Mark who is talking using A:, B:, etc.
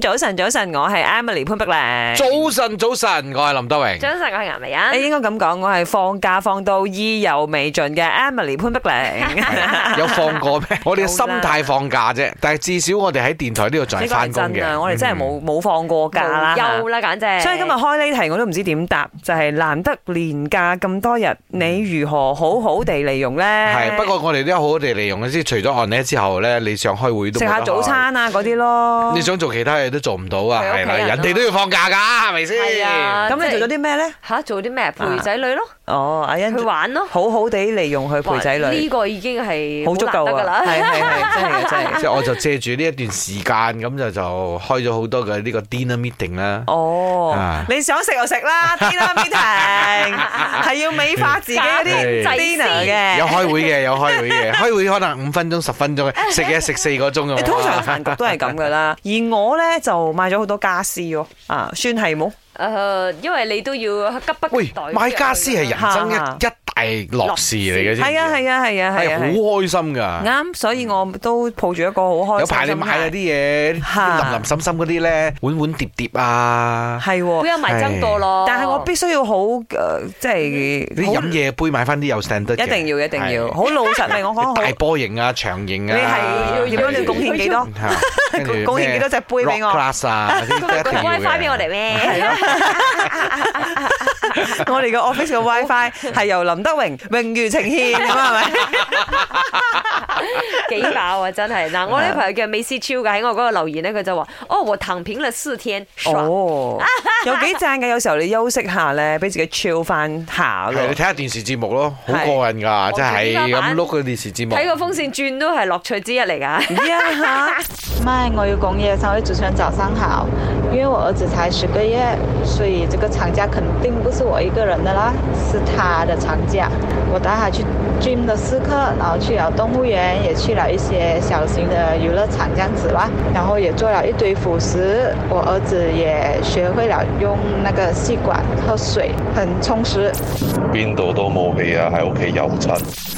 A: 早晨，早晨，我係 Emily 潘碧玲。
B: 早晨，早晨，我係林德
C: 早
B: 榮。
C: 晨，我係顏美
A: 誒
C: 欣。
A: 應該咁講，我係放假放到意猶未盡嘅 Emily 潘碧 玲。
B: 啊有放過咩？ 我哋嘅心
A: 有啦
B: 態放假啫，但係至少我哋喺電台呢度仲
A: 呢
B: 係
A: 個
B: 翻
A: 係
B: 工
A: 真
B: 嘅。
A: 啊！我哋真係冇冇放過假啦。
C: 休啦，簡直。
A: 所以今日開呢題我都唔知點答，就係難得年假咁多日，你如何好好地利用呢？
B: 嗯係，不過我哋都有好好地利用嘅，即係除咗按呢之後咧，你想開會都
A: 食
B: 冇
A: 下
B: 得
A: 早
B: 開，
A: 餐啊嗰啲咯。
B: 你想做其他嘢都做唔到啊，
C: 陪屋企
B: 係啦，
C: 人咯
B: 人哋都要放假㗎，係咪先？
C: 係啊
A: 咁你
C: 即係
A: 做咗啲咩呢？
C: 吓做啲
A: 啊
C: 咩？陪仔女咯，
A: 哦，阿欣
C: 去玩咯，
A: 好好地利用 去陪仔
C: 哇呢
A: 女，
C: 個已經係
A: 好足夠
C: 㗎
A: 啊！
C: 啦。
A: 係係係，真係嘅真係嘅。
B: 即係我就借住呢一段時間，咁就就開咗好多嘅呢個 dinner meeting 啦。
A: 哦，
B: 啊
A: 你想食就食 啦，dinner meeting 系要美化自己嗰啲
B: 係
A: dinner
B: 有
A: 嘅。
B: 開會嘅，有開會嘅，開會可能五分鐘、十分鐘，食嘢食四個鐘咁
A: 你
B: 樣。
A: 通常飯局都係咁噶啦，而我咧就買咗好多家私喎，啊，算係冇，
C: 誒，因為你都要急不
B: 喂
C: 及待。，
B: 買家私係人生一
A: 嚇
B: 一大樂事嚟嘅，知唔知
A: 係啊係啊係啊係
B: 係
A: 啊
B: 好
A: 係
B: 開心㗎。
A: 啊，啱，所以我都抱住一個好開心
B: 有排你買
A: 啲，
B: 嗰啲嘢，
A: 嚇
B: 林林沈沈嗰啲咧，碗碗碟碟啊，
A: 係
C: 會
A: 喎，
C: 有埋爭過咯。
A: 但係 我必須要好誒，即
B: 你
A: 係好
B: 飲嘢杯買翻啲有 standard 嘅
A: 一定要一定要，
B: 係
A: 好老實咪我講好，
B: 大波型啊，長型
A: 你
B: 啊，
A: 係點樣你貢獻幾 多？
B: 嚇跟住咩
A: 貢獻幾多隻杯俾我
B: rock glass 啊， 嗰啲都一
C: 佢
B: 定要嘅
C: WiFi 俾我哋咩？
A: 我哋嘅 office 嘅 WiFi 係由林德榮榮譽呈獻咁係咪？
C: 幾飽啊！真係嗱，我呢朋友叫美思超嘅喺我嗰個留言咧，佢就話：哦，我躺平了四天，爽。
A: 哦，有幾正嘅，有時候你休息下咧，俾自己 chill 翻下
B: 係
A: 咯
B: 你睇。下電視節目咯，好
A: 係
B: 過癮㗎，真係
C: 望住天花
B: 咁
C: 板
B: 碌嘅電視節目。
C: 睇個風扇轉都係樂趣之一嚟㗎。
A: 呀哈！
D: 麦，我有工业，三位主持人早上好。因为我儿子才十个月，所以这个长假肯定不是我一个人的啦，是他的长假。我带他去 gym 的试课，然后去了动物园，也去了一些小型的游乐场这样子啦，然后也做了一堆辅食。我儿子也学会了用那个吸管喝水，很充实。
E: 邊度都冇氣啊，喺屋企游親。